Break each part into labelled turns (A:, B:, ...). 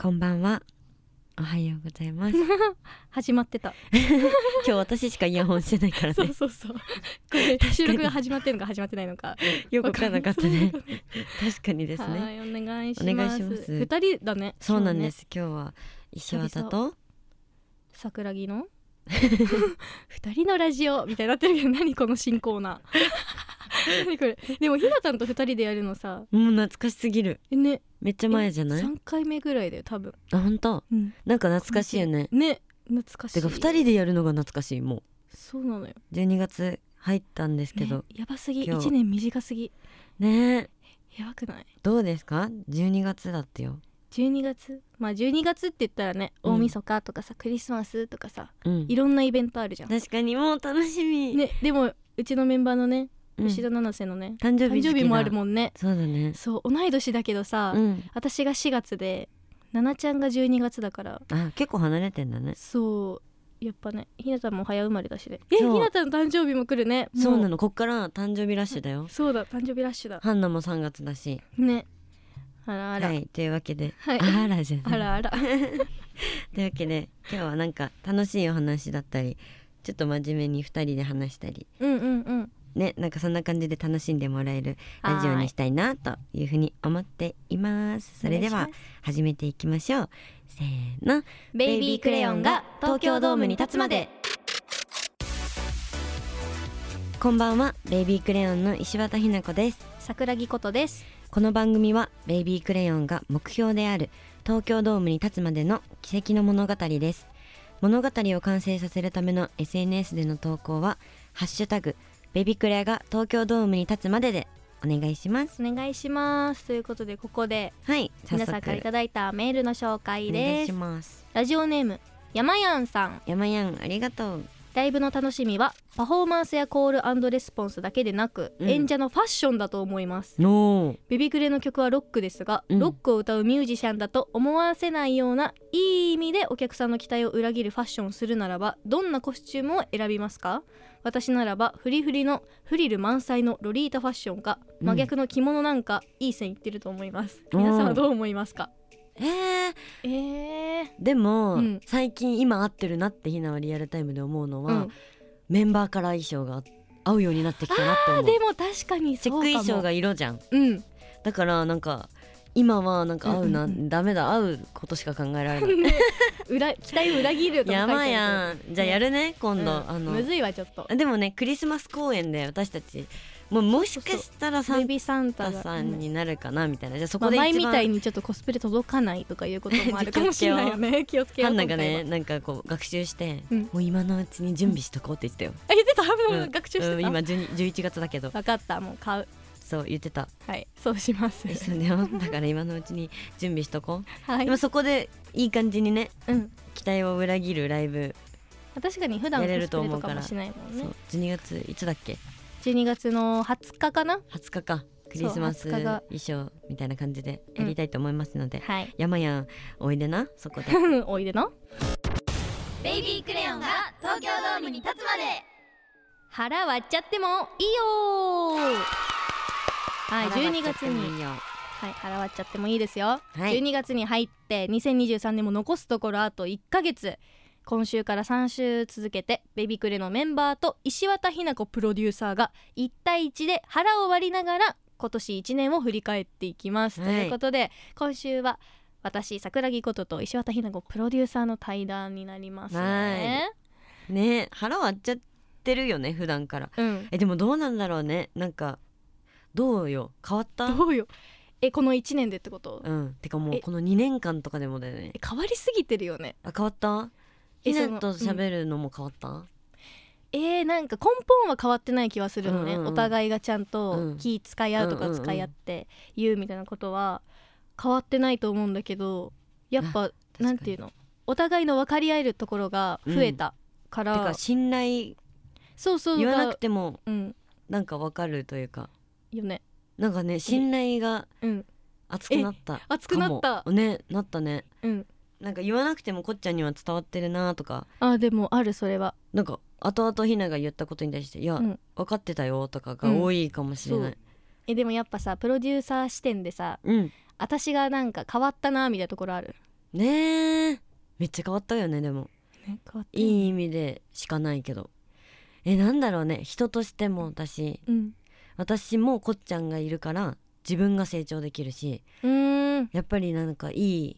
A: こんばんは。おはようござい ます。
B: 始まってた
A: 今日私しかイヤホンしてないから
B: そ
A: ね
B: う。そうそう これ収録が始まってるのか始まってないのか
A: よくわからなかったね。確かにです
B: は
A: ね。
B: いお願いし
A: お
B: ま
A: 願い
B: す
A: します
B: 二人だね
A: そうなんですす。今日は石渡と
B: 桜 木の二人のラジオみたいになってるけど何この新コーナー 何これでもひなたんと二人でやるのさ
A: もう懐かしすぎる。
B: えね
A: めっちゃ前じゃない？
B: 3回目ぐらいだよ多分、
A: あ本当。なんか懐かしいよね。
B: ね懐かしい
A: てか二人でやるのが懐かしいもう。
B: そうなのよ、
A: 12月入ったんですけ
B: ね
A: ど、
B: やばすぎ
A: 今日
B: 一年短すぎ
A: ねえ
B: やばくない
A: どうですか12月だってよ、
B: 12月まあ12月って言ったらね、
A: うん
B: 大晦日とかさクリスマスとかさ
A: うん
B: い、ろんなイベントあるじゃん、
A: 確かにもう楽しみ、
B: ね、でもうちのメンバーのね
A: うん
B: 吉田七瀬のね、
A: 誕生日
B: 誕生
A: 好き
B: 日もある
A: ん
B: もんね
A: そうだね
B: そう同い年だけどさ、
A: うん
B: 私が4月で七ちゃんが12月だから
A: あ結構離れてんだね
B: そうやっぱねひなたも早生まれだしねえひ
A: そう
B: なたの誕生日も来るねも
A: そうなのこっから誕生日ラッシュだよ
B: そうだ誕生日ラッシュだ
A: ハンナも3月だし
B: ねあらあら、
A: はいというわけで、
B: はい
A: あらじゃ
B: あ
A: ない
B: らあ ら
A: というわけで今日はなんか楽しいお話だったりちょっと真面目に2人で話したり
B: うんうんうん
A: ねなんかそんな感じで楽しんでもらえるラジオにしたいなというふうに思っていますそれでは始めていきましょうせーの
B: ベイビークレヨンが東京ドームに立つまで
A: こんばんはベイビークレヨンの石渡ひな子です
B: 桜木ことです
A: この番組はベイビークレヨンが目標である東京ドームに立つまでの奇跡の物語です物語を完成させるための SNS での投稿はハッシュタグベビクレが東京ドームに立つまででお願いします
B: お願いしますということでここで
A: はい早
B: 皆さんからい
A: 速
B: ただいたメールの紹介
A: お願い
B: で
A: し
B: す
A: ます
B: ラジオネームやまやんさん
A: 山やんありがとう
B: ライブの楽しみはパフォーマンスやコールレスポンスだけでなく、
A: うん
B: 演者のファッションだと思います
A: おー
B: ベビクレの曲はロックですが、
A: うん
B: ロックを歌うミュージシャンだと思わせないようないい意味でお客さんの期待を裏切るファッションをするならばどんなコスチュームを選びますか私ならばフリフリのフリル満載のロリータファッションか
A: うん
B: 真逆の着物なんか、いい線いってると思います
A: おー
B: 皆さんはどう思いますか
A: えー、
B: えー、
A: でも、
B: うん
A: 最近今合ってるなってひなはリアルタイムで思うの
B: う
A: は、
B: ん、
A: メンバーカラー衣装が合うようになってきたなって思う
B: でも確かに
A: チェッ
B: そうかも
A: ク衣装が色じゃん
B: うん
A: だからなんか今はなんか合うな、
B: うんうんう
A: ダメだ合うことしか考えら れない
B: 裏期待を裏切るとか書いてあ
A: や
B: るけど
A: ばいやんじゃあやるね今度、
B: うん
A: あの
B: むずいわちょっと
A: でもねクリスマス公演で私たちもうもしかしたらサ
B: ベ
A: ン
B: ビーサンタ
A: タ
B: が
A: さんになるかなみたいなじゃあそこ
B: まあ、
A: で一
B: 前み
A: 番、
B: たいにちょっとコスプレ届かないとかいうこともあるかもしれない よね 気をつけよ
A: ハ
B: う
A: ンナ
B: 今
A: が
B: 回は
A: ねなんかこう学習して、
B: うん
A: もう今のうちに準備しとこうって言ってたよ、
B: あ言ってた
A: うん
B: もう学習してた、
A: うん今12 11月だけど
B: 分かったもう買う
A: そう言ってた
B: はいそうします
A: えそうだよだから今のうちに準備しとこ
B: は
A: う
B: い
A: でも、そこでいい感じにね
B: うん、
A: 期待を裏切るライブ、
B: 確かに普段
A: やれ
B: コスプレ
A: ると思
B: と
A: うか
B: からもしないもん
A: そ
B: ね
A: う12月いつだっけ
B: 12月の20日かな
A: 20日かクリスマス
B: そう20
A: 衣
B: 日が
A: 装みたいな感じでやりたいと思いますので、
B: はい
A: 山やんおいでなそ こで
B: おいでな
C: ベイビークレヨンが東京ドームに立つまで
B: 腹割っちゃってもいいよーはい12月に
A: に
B: はい、払わっちゃってもいいですよ、
A: はい
B: 12月に入って2023年も残すところあと1ヶ月今週から3週続けてベビクレのメンバーと石渡ひな子プロデューサーが1対1で腹を割りながら今年1年を振り返っていきます、
A: はい
B: ということで今週は私桜木ことと石渡ひな子プロデューサーの対談になりますね、
A: ね腹割っちゃってるよね普段から
B: うん、
A: えでもどうなんだろうねなんかどうよ変わった
B: どうよえこの1年でってこと、
A: うんてかもう
B: え
A: この2年間とかでもだよね
B: え変わりすぎてるよね
A: あ変わった
B: え
A: ひな
B: そ
A: と
B: のうん
A: 喋るのも変わった、
B: えー、なんか根本は変わってない気はするの
A: う
B: ね、
A: んうんうん
B: お互いがちゃん
A: う
B: と
A: ん
B: 気使い合うと
A: うん
B: か
A: うんうん
B: 使い合って言うみたいなことは変わってないと思うんだけどやっぱ
A: に
B: なんていうのお互いの分かり合えるところが増えたか
A: て
B: ら、
A: か信頼
B: そうそう
A: 言わな
B: だ
A: くても
B: うん
A: なんかわかるというか
B: よね
A: なんかね信頼が
B: うん
A: 熱くなった
B: 熱くなっ
A: か
B: た
A: もねなったね
B: うん
A: なんか言わなくてもこっちゃんには伝わってるなとか
B: あでもあるそれは
A: なんか後々ひなが言ったことに対して「いや、
B: うん
A: 分かってたよ」とかが多いかもしれない。
B: えでもやっぱさプロデューサー視点でさ
A: うん、
B: 私がなんか変わったなみたいなところある
A: ねえめっちゃ変わったよねでも
B: ね変わってい、
A: いい意味でしかないけどえなんだろうね人としてもだし
B: うん、
A: 私もこっちゃんがいるから自分が成長できるし
B: うーん
A: やっぱりなんかいい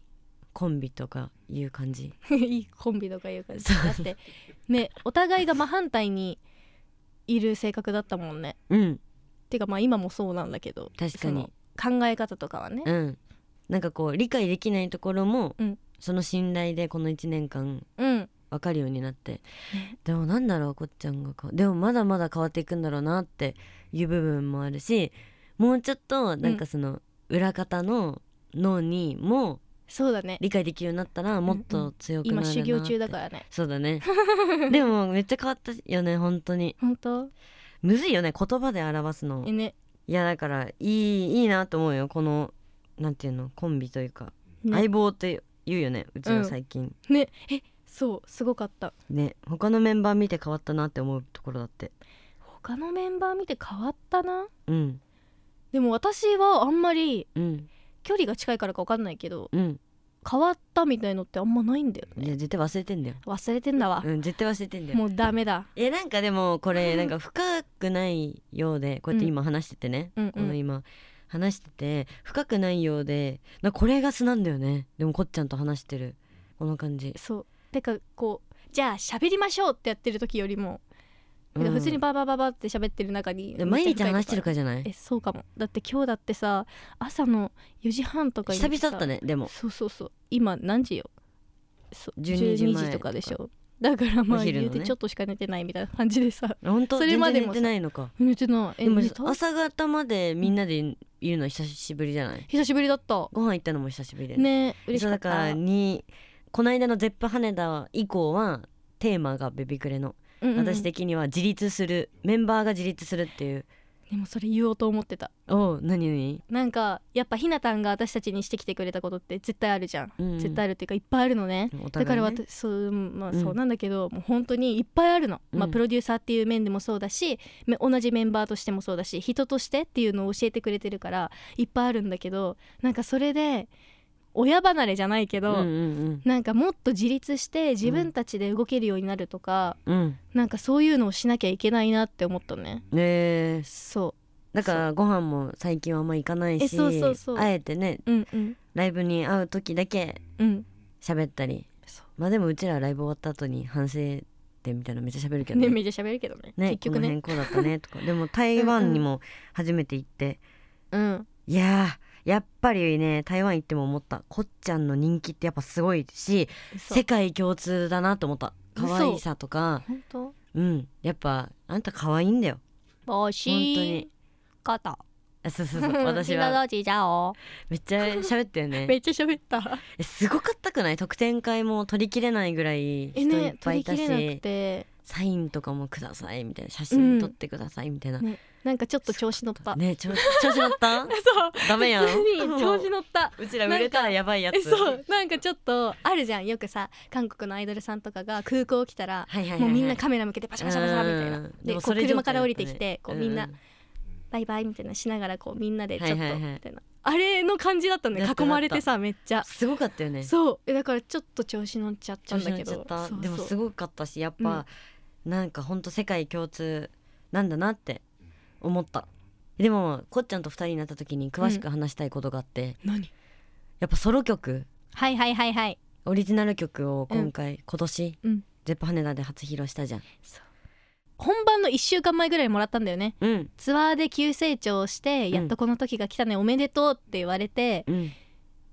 A: コンビとかいう感じ
B: いいコンビとかいうかだってねお互いが真反対にいる性格だったもんね
A: うん
B: てかまあ今もそうなんだけど
A: 確かに
B: その考え方とかはね
A: うんなんかこう理解できないところも、
B: うん
A: その信頼でこの1年間
B: うん
A: 分かるようになってでもなんだろうこっちゃんがかでもまだまだ変わっていくんだろうなっていう部分もあるしもうちょっとなんかその裏方の脳にも
B: そうだね
A: 理解できるようになったらもっと強くなるな
B: 今
A: って
B: 修行中だからね
A: そうだ ねでもめっちゃ変わったよね本当に
B: 本当
A: むずいよね言葉で表すの
B: えね
A: いやだからいいいいなと思うよこのなんていうのコンビというか、
B: ね
A: 相棒って言うよねうち
B: う
A: の
B: ん
A: 最近、
B: ねえそうすごかった
A: ね他のメンバー見て変わったなって思うところだって
B: 他のメンバー見て変わったな
A: うん
B: でも私はあんまり
A: うん
B: 距離が近いからか分かんないけど
A: うん
B: 変わったみたいのってあんまないんだよ
A: いや
B: ね
A: 絶対忘れてんだよ
B: 忘れてんだわ、
A: うん絶対忘れてんだよ
B: もうダメだ
A: えなんかでもこれなんか深くないようでこうやって今話しててね、
B: うんう
A: この
B: ん
A: 今話してて深くないようでなんかこれが素なんだよねでもこっちゃんと話してるこの感じ、
B: そうてかこうじゃあ喋りましょうってやってる時よりも、
A: うん
B: 普通にバーバーバーバーって喋ってる中に
A: で毎日話してる
B: か
A: からじゃない
B: えそうかもだって今日だってさ朝の4時半とかに
A: 久々だったねでも
B: そうそうそう今何時よそう
A: 12
B: 12
A: 時
B: 時
A: 前
B: とかでしょだからま
A: お
B: あ
A: 昼の
B: 言
A: ね
B: うてちょっとしか寝てないみたいな感じでさ
A: 本当
B: それ
A: 全
B: ま
A: 然
B: で
A: 寝
B: も
A: てないのか
B: 寝てないえ
A: でも
B: 寝た
A: 朝方までみんなでいるの久しぶりじゃない
B: 久しぶりだった
A: ご飯行ったのも久しぶりで
B: ね嬉し
A: そう
B: か
A: だ
B: っ
A: から
B: た
A: にこの間の「ゼップ羽田」以降はテーマが「ベビクレの」
B: うんうん
A: 私的には自立するメンバーが自立するっていう
B: でもそれ言おうと思ってた
A: おう何何
B: なんかやっぱひなたんが私たちにしてきてくれたことって絶対あるじゃん、
A: うん
B: 絶対あるっていうかいっぱいあるのね
A: お
B: だ
A: 互
B: か
A: いね
B: ら私そう,、まあ、
A: うん
B: そうなんだけど、もう本当にいっぱいあるの、まあ、
A: うん
B: プロデューサーっていう面でもそうだし、め同じメンバーとしてもそうだし人としてっていうのを教えてくれてるからいっぱいあるんだけどなんかそれで親離れじゃないけど、
A: うんうん
B: なんかもっと自立して自分たちで動けるようになるとか、
A: うんうん
B: なんかそういうのをしなきゃいけないなって思ったね
A: ねえ
B: そ
A: だからご飯も最近はあんま行かないし
B: えそうそうそう
A: あえてね
B: ううんうん
A: ライブに会う時だけ
B: うん
A: 喋ったり
B: そ
A: まあでもうちらライブ終わった後に反省点みたいなのめっちゃ喋るけ
B: う
A: ど
B: ね
A: ね
B: めっちゃ喋るけどね
A: ね
B: 結局ね
A: この辺こうだったねとかでも台湾にも初めて行って
B: うん
A: いやーやっぱりね台湾行っても思ったこっちゃんの人気ってやっぱすごいし
B: 嘘
A: 世界共通だなと思った可愛さとか
B: 本当
A: うんやっぱあんた可愛いんだよ
B: 帽
A: 本当に
B: 子肩
A: あそう そうそう 私
B: みんな
A: は
B: どっちじゃお
A: めっちゃ喋ったよね
B: めっちゃ喋った
A: えすごかったくない特典会も取りきれないぐらい人
B: え
A: いっ
B: ね
A: ぱい
B: 取
A: い
B: り
A: た
B: 切
A: し、
B: れなくて
A: サインとかもくださいみたいな写真撮ってくださいみたいな、
B: うんなんかちょっと調子乗った
A: ね調子調子乗った
B: そう
A: ダメやん
B: 普通に調子乗った
A: うちら売れたらやばいや
B: え
A: つ
B: そうなんかちょっとあるじゃんよくさ韓国のアイドルさんとかが空港来たら
A: はいはいはいはい
B: もうみんなカメラ向けてパシャパシャパシャみたいな
A: うん
B: で
A: も
B: こ
A: そうれ状態だった
B: 車か
A: ね
B: ら降りてきてこうみん
A: う
B: なんバイバイみたいなしながらこうみんなでちょっとみ
A: は
B: た
A: い
B: いな、
A: はいはい
B: あれの感じだったんで
A: だった
B: 囲まれてさめっちゃ
A: すごかったよね
B: そうえだからちょっと調子乗っちゃっ
A: 調
B: たん
A: 子
B: だ
A: 乗っ
B: け
A: ちゃっ
B: ど
A: た
B: そう
A: でも
B: そう
A: すごかったしやっぱ、なんかほんと世界共通なんだなって思ったでもこっちゃんと二人になった時に詳しく話したいことがあって、
B: 何
A: やっぱソロ曲
B: はいはいはいはい
A: オリジナル曲を今回、今年、
B: うん
A: ゼップ羽田で初披露したじゃん
B: 本番の1週間前ぐらいにもらったんだよね
A: うん
B: ツアーで急成長して
A: ん
B: やっとこの時が来たね、おめでとうって言われて
A: うん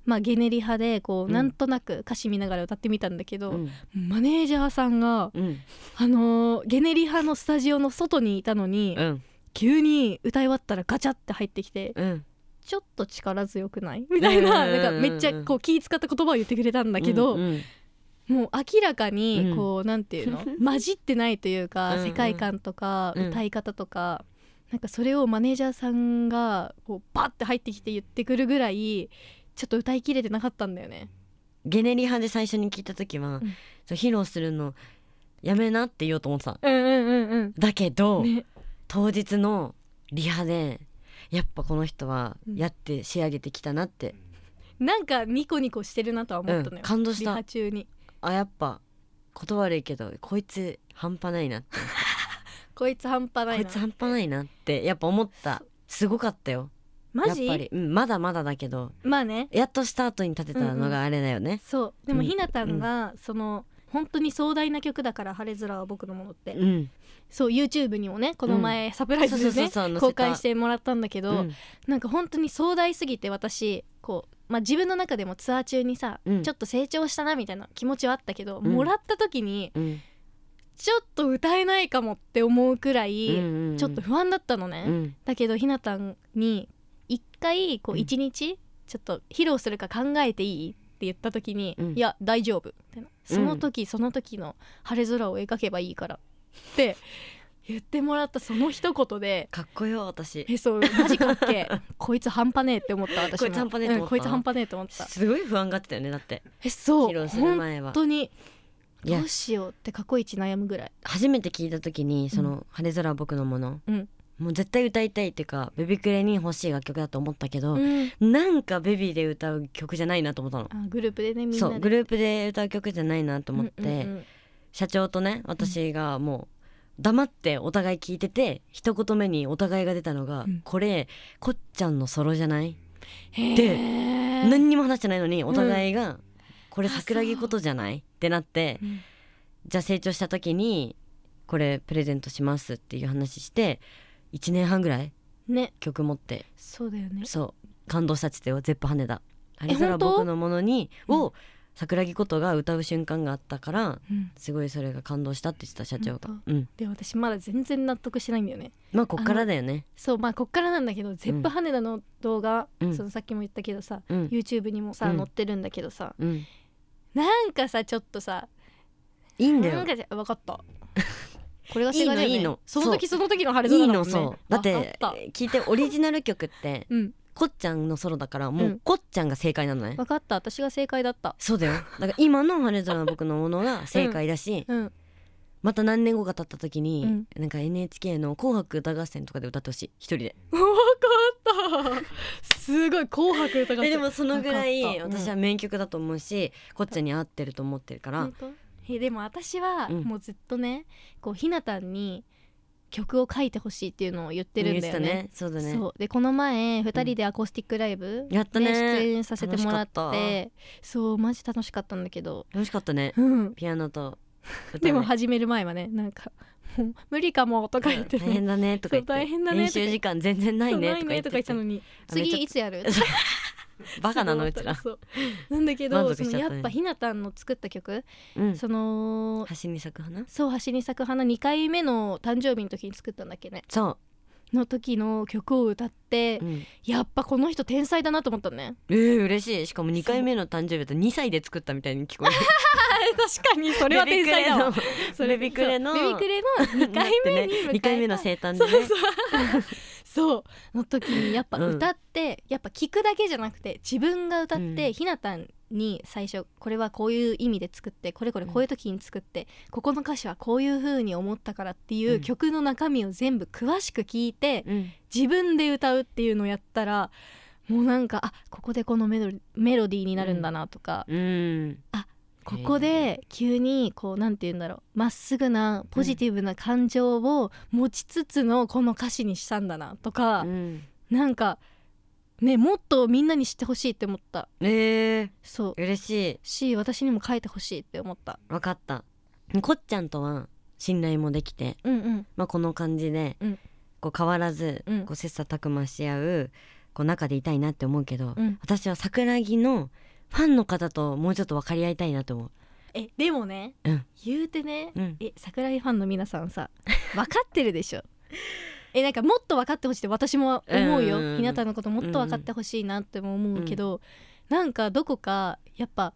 B: まあゲネリ派でこう、
A: うん
B: なんとなく歌詞見ながら歌ってみたんだけど、
A: うん
B: マネージャーさんが
A: うん
B: あのーゲネリ派のスタジオの外にいたのに、
A: うん
B: 急に歌い終わったらガチャって入ってきて
A: うん
B: ちょっと力強くないみたいな
A: うんうんうんうん
B: なんかめっちゃこう気使った言葉を言ってくれたんだけど、
A: うんうん
B: もう明らか
A: う
B: に
A: ん
B: こう、なんて いうの混じってないというか
A: うんうん
B: 世界観とか
A: うん
B: 歌い方とか、なんかそれをマネージャーさんがこうバッて入ってきて言ってくるぐらいちょっと歌いきれてなかったんだよね。
A: ゲネリ派で最初に聞いた時は、
B: うん
A: そう披露するのやめなって言おうと思ってた
B: うんうんうん
A: だけ
B: う
A: ど、
B: ん。ね、
A: 当日のリハでやっぱこの人は
B: うん
A: やって仕上げてきたなって
B: なんかニコニコしてるなとは思ったの
A: う
B: よ、
A: ん感動し
B: リ
A: た
B: ハ中に
A: あやっぱ言葉悪いけどこいつ半端ないなって
B: こいつ半端な
A: こ
B: い
A: い
B: な
A: つ半端ないなってやっぱ思ったすごかったよ
B: マジ
A: やっぱり、うん、まだまだだけど
B: まあね
A: やっとスタートに立てたのがあれだよね
B: そうでも
A: うん
B: ひなたんが、その本当に壮大な曲だから「晴れ空は僕のもの」って、
A: うん、
B: そう YouTube にもねこの前サプライズ
A: そう
B: で
A: そう
B: ね
A: そうそう載せた
B: 公開してもらったんだけど、
A: うん
B: なんか本当に壮大すぎて私こう、まあ、自分の中でもツアー中にさ、
A: うん
B: ちょっと成長したなみたいな気持ちはあったけど、
A: うん
B: もらった時に
A: うん
B: ちょっと歌えないかもって思うくらい、
A: うんうんうん
B: ちょっと不安だったのね、
A: うん
B: だけどひなたんに一回こ
A: う
B: うん一日ちょっと披露するか考えていいって言った時に「
A: うん
B: いや大丈夫」みたいなその時その時の晴れ空を描けばいいからって言ってもらったその一言で
A: かっこよ私
B: えそうマジかっけえこいつ半端ねえって思った私
A: こ
B: も
A: いつ半端ねえって思った
B: うんこいつ半端ねえって思った
A: すごい不安がってたよねだって
B: えそ
A: 披
B: う
A: 露する
B: 本
A: 前は
B: 当に
A: いや
B: どうしようって過去一悩むぐらい
A: 初めて聞いた時にその「晴れ空は僕のもの」
B: うん
A: もう絶対歌いたいっていうかベビクレに欲しい楽曲だと思ったけど、
B: うん
A: なんかベビーで歌う曲じゃないなと思ったの。
B: あグループでねみんな
A: そ
B: で
A: うグループで歌う曲じゃないなと思って、
B: うんうんうん
A: 社長とね私がもう黙ってお互い聞いてて一言目にお互いが出たのが「
B: うん
A: これこっちゃんのソロじゃない?」
B: へ
A: で
B: え
A: 何にも話してないのにお互いが、これ桜木ことじゃないってなって
B: うん
A: じゃあ成長した時にこれプレゼントしますっていう話して1年半ぐらい
B: ね
A: 曲持って
B: そうだよね
A: そう感動したっつってよゼップ羽田「晴れ
B: 本
A: 空
B: 当
A: 僕のものに」
B: うん
A: を桜木ことが歌う瞬間があったから
B: うん
A: すごいそれが感動したって言ってた社長が
B: 本、
A: うん、
B: で私まだ全然納得してないんだよね
A: まあこっからだよね
B: そうまあこっからなんだけどゼップ羽田の動画、
A: うん
B: そのさっきも言ったけどさ、
A: うん
B: YouTube にもさ、
A: うん
B: 載ってるんだけどさ
A: うん
B: なんかさちょっとさ
A: いいんだ
B: なん
A: よ
B: かじゃ分 かったこれが正解だよね
A: いいのいいの
B: その時その時の晴れ
A: い
B: 空
A: い
B: だ
A: の
B: もんね
A: そうだっ
B: わか
A: て
B: た
A: 聞いてオリジナル曲って
B: うん
A: こっちゃんのソロだからもううんこっちゃんが正解なのね、
B: 分かった私が正解だった
A: そうだよだから今の晴れ空は僕のものが正解だし、
B: うん
A: また何年後か経った時に、
B: うん
A: なんか NHK の「紅白歌合戦」とかで歌ってほしい一人で
B: 分かったすごい紅白歌合戦
A: えでもそのぐらい
B: わかったうん
A: 私は名曲だと思うし、こっちゃんに合ってると思ってるから、
B: 本当えでも私は
A: うん
B: もうずっとね、こうひなたんに曲を書いてほしいっていうのを言ってるんだよ
A: 言っ
B: ね
A: てたそうだね
B: そうでこの前2人でアコースティックライブ、
A: やった
B: ね
A: ね
B: 出演させてもらっ
A: 楽しか
B: てそうマジ楽しかったんだけど、
A: 楽しかった ね
B: うん、
A: ピアノと歌
B: でも
A: ね
B: 始める前はねなんか「もう無理かも」とか言って
A: 大変
B: ね
A: だねとか言って
B: そう大変だね
A: 練
B: とか言っ
A: 習
B: て
A: 時間全然ないねとか言って
B: そうないねと
A: あ
B: か言ってたのに
A: めっちゃ
B: 次いつやる
A: バカなのうちら、
B: そうなんだけど、
A: 満足
B: そ
A: しち
B: の
A: ゃったね
B: やっぱひなたんの作った曲、
A: うん、
B: その
A: 橋に咲く花
B: そう橋に咲く花2回目の誕生日の時に作ったんだっけね
A: そ
B: の時の曲を歌って、
A: う、うん、
B: やっぱこの人天才だなと思っ たね
A: えー、嬉しいしかも2回目の誕生日だと2歳で作ったみたいに聞こえる
B: 確かに そ
A: そ
B: れは天才だわそれ
A: ベビクレの
B: そうベビクレの2回目に迎えた、
A: 2回目の生誕で
B: そう
A: ね
B: そうそうの時にやっぱ歌って、やっぱ聞くだけじゃなくて自分が歌って、
A: うん
B: ひなたんに最初これはこういう意味で作ってこれこれこういう時に作って、ここの歌詞はこういう風に思ったからっていううん曲の中身を全部詳しく聞いて、
A: うん
B: 自分で歌うっていうのをやったらもうなんかあここでこのメロメロディーになるんだなとか、
A: うん
B: ここで急にこうなんて言うんだろうまっすぐなポジティブな感情を持ちつつのこの歌詞にしたんだなとか、
A: うん
B: なんかねもっとみんなに知ってほしいって思った
A: えー、
B: そう
A: 嬉しい
B: し私にも書いてほしいって思った
A: 分かったこっちゃんとは信頼もできて、
B: うんうん
A: まあ、この感じで、
B: うん
A: こう変わらず、
B: うん
A: こう切磋琢磨し合うこう仲でいたいなって思うけど、
B: うん
A: 私は桜木のファンの方ともうちょっと分かり合いたいなと思う
B: えでもね、
A: うん
B: 言うてね、
A: うん
B: え桜井ファンの皆さんさ 分かってるでしょえなんかもっと分かってほしいって私も思うよ
A: うんうんうん
B: ひなたのこともっと分かってほしいなっても思うけど、なんかどこかやっぱ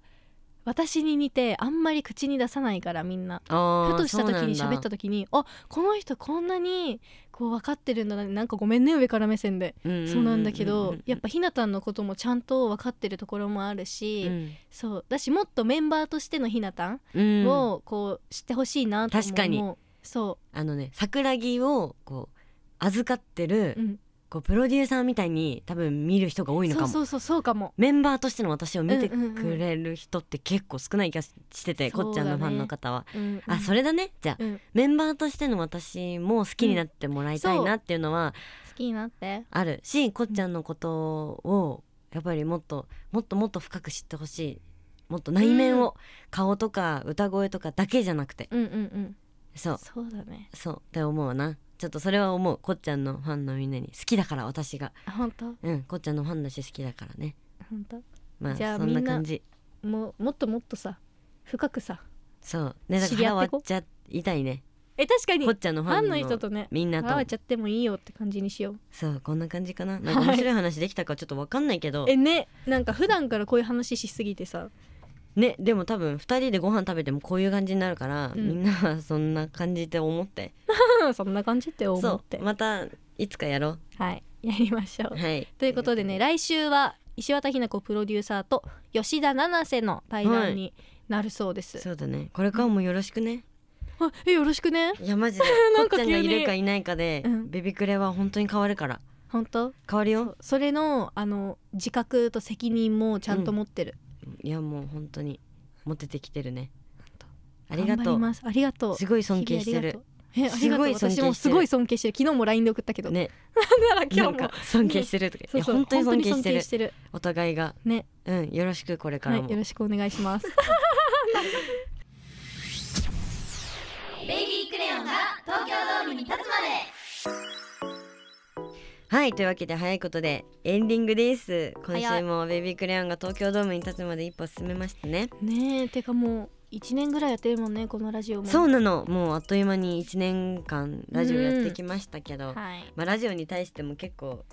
B: 私に似てあんまり口に出さないからみんな
A: あー
B: ふとした時に
A: そうなん
B: 喋っ
A: だ
B: た時にあこの人こんなにこう分かってるんだななんかごめんね上から目線で、
A: うんうんうん
B: そうなんだけど、やっ
A: ぱ
B: ぱひなたのこともちゃんと分かってるところもあるし、
A: うん
B: そうだしもっとメンバーとしてのひなたん
A: うん
B: をこう知ってほしいなとも思
A: 確
B: う
A: かに
B: そ
A: あのね桜木をこう預かってる
B: う、うん、
A: こうプロデューサーみたいに多分見る人が多いのか
B: そう
A: も
B: そうそうそうかも
A: メンバーとしての私を見て
B: うんうんうん
A: くれる人って結構少ない気がしてて、
B: そうだね
A: こっちゃんのファンの方は。
B: うん
A: あそれだねじゃあ、
B: うん
A: メンバーとしての私も好きになってもらいたいなっていうのは
B: 好きになって
A: あるし、こっちゃんのことをやっぱりもっともっともっと深く知ってほしいもっと内面を、顔とか歌声とかだけじゃなくて
B: うんうんうん
A: そう
B: そうだね
A: そうって思うなちょっとそれは思うこっちゃんのファンのみんなに好きだから私が
B: あ本当
A: うんこっちゃんのファンだし好きだからね
B: 本当
A: まあ
B: じゃあ
A: そんな感じ
B: もうもっともっとさ深くさ
A: そうねだか
B: 知り
A: ら
B: 合って
A: 腹
B: こ
A: 割っちゃいたいね
B: え確かに
A: こ
B: フ
A: っちゃんのファ
B: ァ
A: ンの
B: ンの人とね
A: みんな
B: 会わち
A: と
B: ゃってもいいよって感じにしよう
A: そうこんな感じかななんか面白い話できたかちょっとわかんないけど
B: えねなんか普段からこういう話しすぎてさ
A: ねでも多分2人でご飯食べてもこういう感じになるから、
B: うん
A: みんなはそんな感じって思って
B: うんそんな感じって思って
A: そうまたいつかやろ
B: はいやりましょ
A: う
B: う
A: はい
B: ということでね来週は石渡ひな子プロデューサーと吉田七瀬の対談になるそうです、
A: そうだねこれからもよろしくね
B: あえよろしくね
A: いやマジ で
B: な
A: こ
B: ん
A: っ
B: か
A: ちゃんが
B: 急
A: い
B: に
A: るかいないかで、
B: うん
A: ベビクレは本当に変わるから
B: 本当
A: 変わる
B: そ
A: よ
B: うそれのあの自覚と責任もちゃんと持ってる、
A: いやもう本当にモテてきてるねあり
B: 頑
A: が
B: 張
A: と
B: り
A: う
B: ますありがとう
A: すごい尊敬してる
B: 日々ありがとうえありがとう
A: すごい尊敬してる
B: 私もすごい尊敬してる昨日も LINE で送ったけど、
A: ね
B: だか
A: な
B: ら 今
A: ん
B: 日も
A: か尊敬してるとか、
B: そうそう
A: いや本当に尊敬してる
B: てる
A: お互いが
B: ね
A: うんよろしくこれから
B: は
A: も、
B: いよろしくお願い します
C: ベイビークレヨンが東京ドームに立つまで
A: はいというわけで早いことでエンディングです今週もベビークレヨンが東京ドームに立つまで一歩進めましたね
B: ねえてかもう一年ぐらいやってるもんねこのラジオも
A: そうなのもうあっという間に1年間ラジオやってきましたけど、
B: はい
A: まあ、ラジオに対しても結構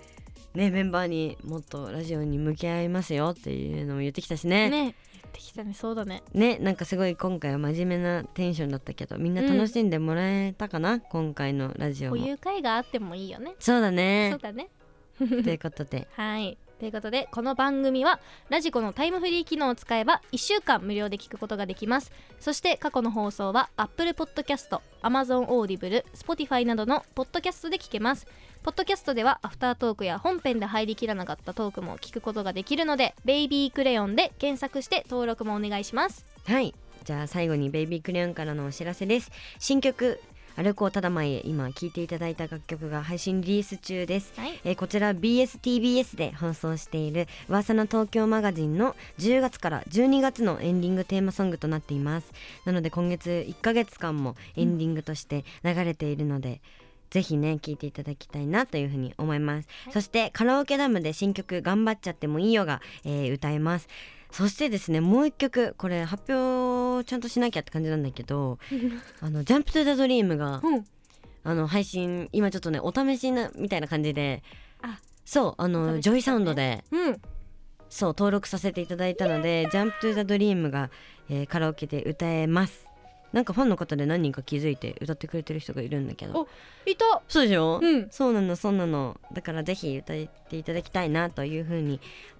A: ねメンバーにもっとラジオに向き合いますよっていうのも言ってきたしねね
B: ね言ってきたねそうだね
A: なんかすごい今回は真面目なテンションだったけどみんな楽しんでもらえたかな、今回のラジオ
B: こうい
A: も
B: う会があってもいいよね
A: そうだね
B: そうだね
A: ということで
B: はいということでこの番組はラジコのタイムフリー機能を使えば1週間無料で聞くことができますそして過去の放送は Apple Podcast、Amazon Audible、Spotify などのポッドキャストで聞けますポッドキャストではアフタートークや本編で入りきらなかったトークも聞くことができるので「ベイビークレヨン」で検索して登録もお願いします
A: はいじゃあ最後にベイビークレヨンからのお知らせです新曲歩こうただ前へ今聴いていただいた楽曲が配信リリース中です
B: はい
A: えーこちら BSTBS で放送している「噂の東京マガジン」の10月から12月のエンディングテーマソングとなっていますなので今月1ヶ月間もエンディングとして流れているので、ぜひね聴いていただきたいなというふうに思います、そしてカラオケダムで新曲「頑張っちゃってもいいよが」えー歌えますそしてですねもう一曲これ発表ちゃんとしなきゃって感じなんだけどあの「ジャンプトゥザドリームが
B: うん
A: あの配信今ちょっとねお試しなみたいな感じで
B: あ
A: そうあの、
B: お試しだね
A: ジョイサウンドで
B: うん
A: そう登録させていただいたので「ジャンプ・トゥ・ザ・ドリームが」えーカラオケで歌えますなんかファンの方で何人か気づいて歌ってくれてる人がいるんだけど
B: おいた
A: そうでしょ、
B: うん
A: そうなのそうなのだからぜひ歌っていただきたいなというふうに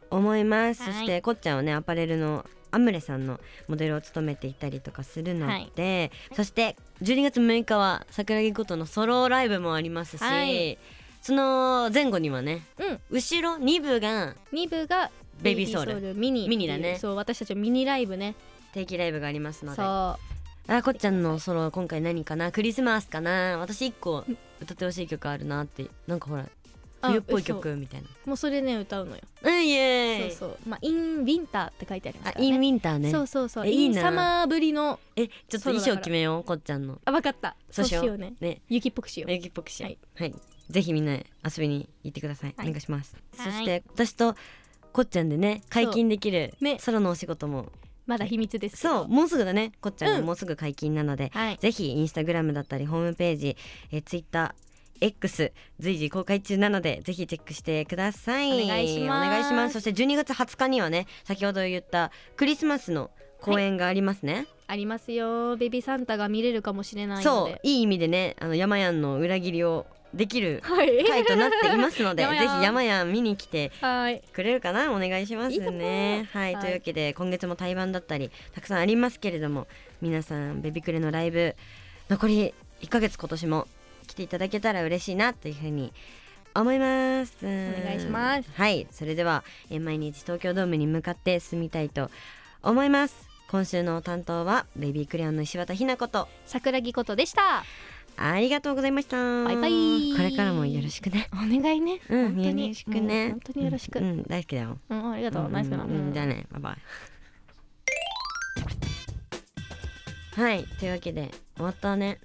A: 思います、
B: はい
A: そしてこっちゃんはねアパレルのアムレさんのモデルを務めていたりとかするので、そして12月6日は桜木ことのソロライブもありますし、
B: はい
A: その前後にはね
B: うん
A: 後ろ2部が
B: 2部が
A: ベイビーソウル
B: ミニ
A: ミニだね
B: そう私たちはミニライブね
A: 定期ライブがありますので
B: そう
A: あこっちゃんのソロ今回何かなクリスマスかな私一個歌ってほしい曲あるなってなんかほら
B: あ
A: 冬っぽい
B: そう
A: 曲みたいな
B: もうそれね歌うのよ
A: うんイエー
B: そう
A: イ
B: そうまあインウィンターって書いてあります
A: あ
B: から
A: インウ
B: ね
A: ィンターね
B: そうそうそう
A: え
B: イン
A: いいな
B: サマーぶりの
A: えちょっと衣装決めようこっちゃんの
B: あわかった
A: そうしよう
B: うね
A: ね
B: 雪っぽくしよう
A: 雪っぽくしよう
B: はい
A: はい、ぜひみんな遊びに行ってください、
B: はい
A: お願いします、
B: はい
A: そして私とこっちゃんでね解禁できる
B: そうね
A: ソロのお仕事も
B: まだ秘密ですけ
A: そ
B: ど
A: うもうすぐだねこっちゃん
B: う
A: も
B: ん
A: もうすぐ解禁なので、
B: はい
A: ぜひインスタグラムだったりホームページ、えー、ツイッター X 随時公開中なのでぜひチェックしてください
B: お願いします
A: お願いしますそして12月20日にはね先ほど言ったクリスマスの公演がありますね、
B: ありますよベビーサンタが見れるかもしれないの
A: そ
B: で
A: ういい意味でねあの山やんの裏切りをできる
B: はい
A: 回となっています のでぜ
B: 山
A: ひ
B: やん
A: 山やん見に来て
B: はい
A: くれるかなお願いします
B: いいと
A: ねはい、
B: はい
A: というわけで今月も対バンだったりたくさんありますけれども皆さんベビクレのライブ残り1ヶ月今年も来ていただけたら嬉しいなというふうに思いますお
B: 願いします
A: はいそれではえー毎日東京ドームに向かって進みたいと思います今週の担当はベイビークレヨンの石渡ひなこと
B: 桜木ことでした
A: ありがとうございました
B: バイバイ
A: これからもよろしくね
B: お願いね
A: うん
B: 本当
A: よ
B: に
A: ろしくね
B: もう本当によろしく
A: うんうん大好きだよ
B: うんありがとうナイスだな
A: うんじゃあねバイバイはいというわけで終わったね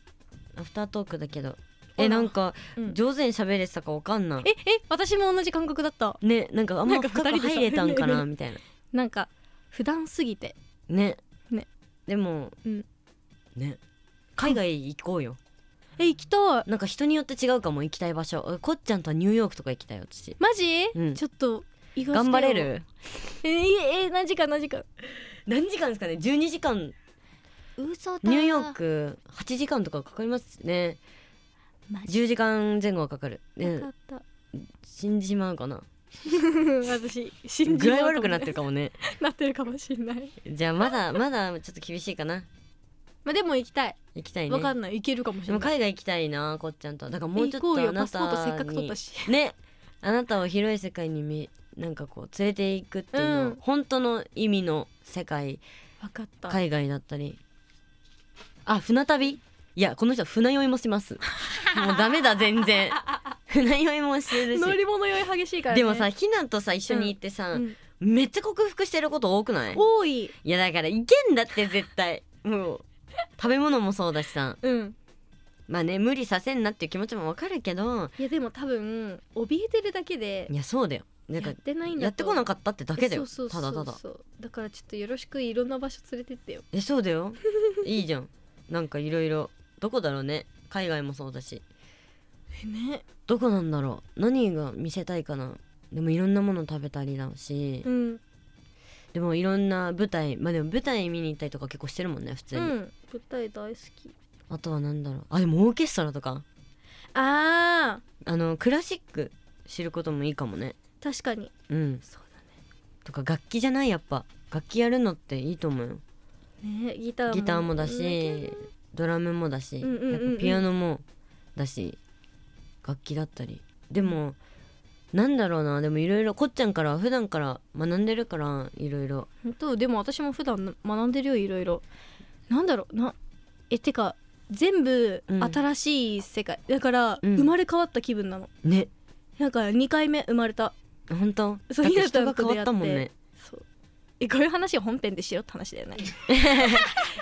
A: アフタートークだけどえ
B: あら
A: なんか
B: うん
A: 上手に喋れてたかわかんない
B: ええ私も同じ感覚だった
A: ねなんかあんま
B: なんか
A: 深
B: 二
A: く
B: 人でさ
A: 入れたんかなみたいな
B: なんか普段すぎて
A: ね
B: ね
A: でも、
B: うん
A: ね海外行こうよ
B: え行きたい
A: なんか人によって違うかも行きたい場所えこっちゃんとはニューヨークとか行きたいよ私
B: マジ、
A: うん
B: ちょっと意外
A: 頑張れる
B: えー、えー、何時間何時間
A: 何時間ですかね12時間
B: 嘘だ
A: ニューヨーク8時間とかかかりますね
B: マジ
A: 10時間前後はかかる、
B: 分
A: ね
B: か、った、
A: 死んでしまうかな
B: 私信じ
A: 具
B: られ
A: 合
B: い
A: 悪くなってるかもね
B: なってるかもしれない
A: じゃあまだまだちょっと厳しいかな
B: まあでも行きたい
A: 行きたいね
B: わかんない行けるかもし
A: でも
B: れない
A: 海外行きたいなこっちゃんとだからもうちょ
B: 行
A: っ
B: ことう
A: あ
B: よ
A: な
B: パスポートせったかく取っ
A: に
B: たし
A: ねあなたを広い世界にみなんかこう連れていくっていうのは、
B: うん
A: 本当の意味の世界
B: 分かった
A: 海外だったりあ船旅いやこの人は船酔いもします もうダメだ全然船酔いもしてるし
B: 乗り物酔い激しいから、ね、
A: でもさひなとさ一緒に行ってさ、
B: うん
A: めっちゃ克服してること多くない
B: 多い
A: いやだからいけんだって絶対もう食べ物もそうだしさ
B: うん
A: まあね無理させんなっていう気持ちもわかるけど
B: いやでも多分怯えてるだけで
A: いやそうだよなん
B: や
A: か
B: ってないんだ
A: やってこな
B: く
A: かったってだけだよ
B: そうそう
A: た
B: そ
A: だ
B: う
A: ただ
B: そうだからちょっとよろしくいろんな場所連れてってよ
A: えそうだよいいじゃんなんかいろいろどこだろうね海外もそうだし
B: えね
A: どこなんだろう何が見せたいかなでもいろんなもの食べたりだし、
B: うん
A: でもいろんな舞台まあでも舞台見に行ったりとか結構してるもんね普通
B: う
A: に、
B: ん舞台大好き
A: あとは何だろうあでもオーケストラとか
B: あ
A: あのクラシック知ることもいいかもね
B: ー確かに
A: うん
B: そう
A: とか楽器じゃないやっぱ楽器やるのっていいと思うよ
B: だねギターも
A: ギターもだしドラムもだし、
B: うんうんうんうん
A: やっぱピアノもだし楽器だったりでもなんだろうなでもいろいろこっちゃんから普段から学んでるからいろいろ
B: 本当でも私も普段学んでるよいろいろなんだろうなえてか全部
A: うん
B: 新しい世界、だから
A: うん
B: 生まれ変わった気分なの、
A: ね
B: なんか2回目生まれた
A: 本当
B: そ
A: だ
B: う
A: って
B: ひなた
A: 人
B: の
A: が
B: 子
A: 変わったもんね
B: そうえこういう話を本編でしろって話だよね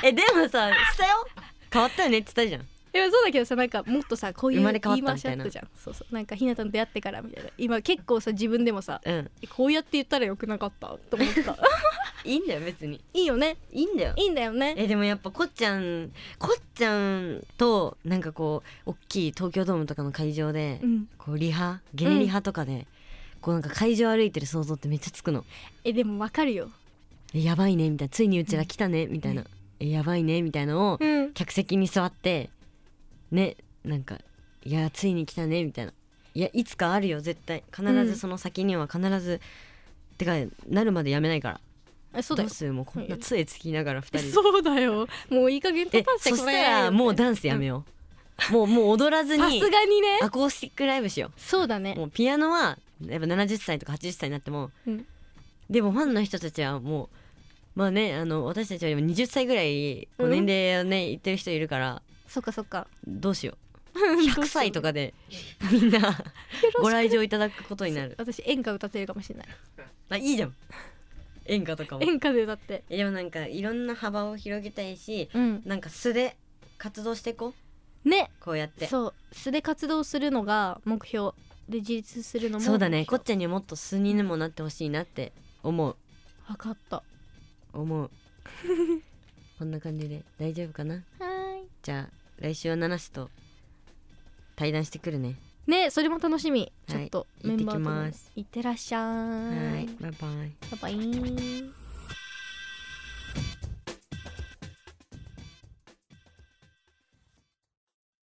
A: えでもさしたよ変わったよねって言ったじゃん
B: いやそうだけどさなんかもっとさこういう
A: 生まれ変わった
B: 言い回
A: み
B: したあ
A: い
B: っ
A: な
B: たじゃんそうそうなんかひなたと出会ってからみたいな今結構さ自分でもさ
A: うん
B: えこうやって言ったらよくなかったと思った
A: いいんだよ別に
B: いいよね
A: いいんだよ
B: いいんだよね
A: えでもやっぱこっちゃんこっちゃんとなんかこう大きい東京ドームとかの会場で、
B: うん
A: こうリハゲネリハとかで、こうなんか会場歩いてる想像ってめっちゃつくの
B: えでもわかるよ
A: えやばいねみたいなついにうちら来たねみたいな、えやばいねみたいなのを
B: うん
A: 客席に座ってねなんかいやついに来たねみたいないやいつかあるよ絶対必
B: うん
A: ずその先には必ず、てかなるまでやめないから
B: えそうだ
A: ど
B: よ
A: うするもうこんな杖つきながら二人で
B: そうだよもういい加減
A: え
B: 立たせて
A: そ
B: く
A: し
B: れ
A: たらもうダンスやめよう、もうもう踊らず
B: さ
A: に
B: すがにね
A: アコースティックライブしよ
B: そうだ
A: う
B: ね
A: もうピアノはやっぱ70歳とか80歳になっても、
B: うん
A: でもファンの人たちはもうまあねあの私たちよりも20歳ぐらいこう
B: うん
A: 年齢をね言ってる人いるから
B: そっかそっか
A: どうしよう 100歳とかでみんなご来場いただくことになる
B: 私演歌歌ってるかもしれない
A: あいいじゃん演歌とかも
B: 演歌で歌って
A: えでもなんかいろんな幅を広げたいし
B: うん
A: なんか素で活動していこう
B: ね
A: こうやって
B: そう素で活動するのが目標で自立するのも
A: そうだね
B: 目
A: こっ
B: 標
A: ちゃんにはもっと素にもなってほしいなって思う
B: わかったは
A: 思うこんな感じで大丈夫かな
B: ーい
A: じゃあ来週はナナシと対談してくるね
B: ねそれも楽しみち
A: は
B: ょ
A: い
B: っと
A: 行ってき
B: メンバーとも
A: ます
B: 行ってらっしゃ
A: はいいバイバイ
B: バイバイ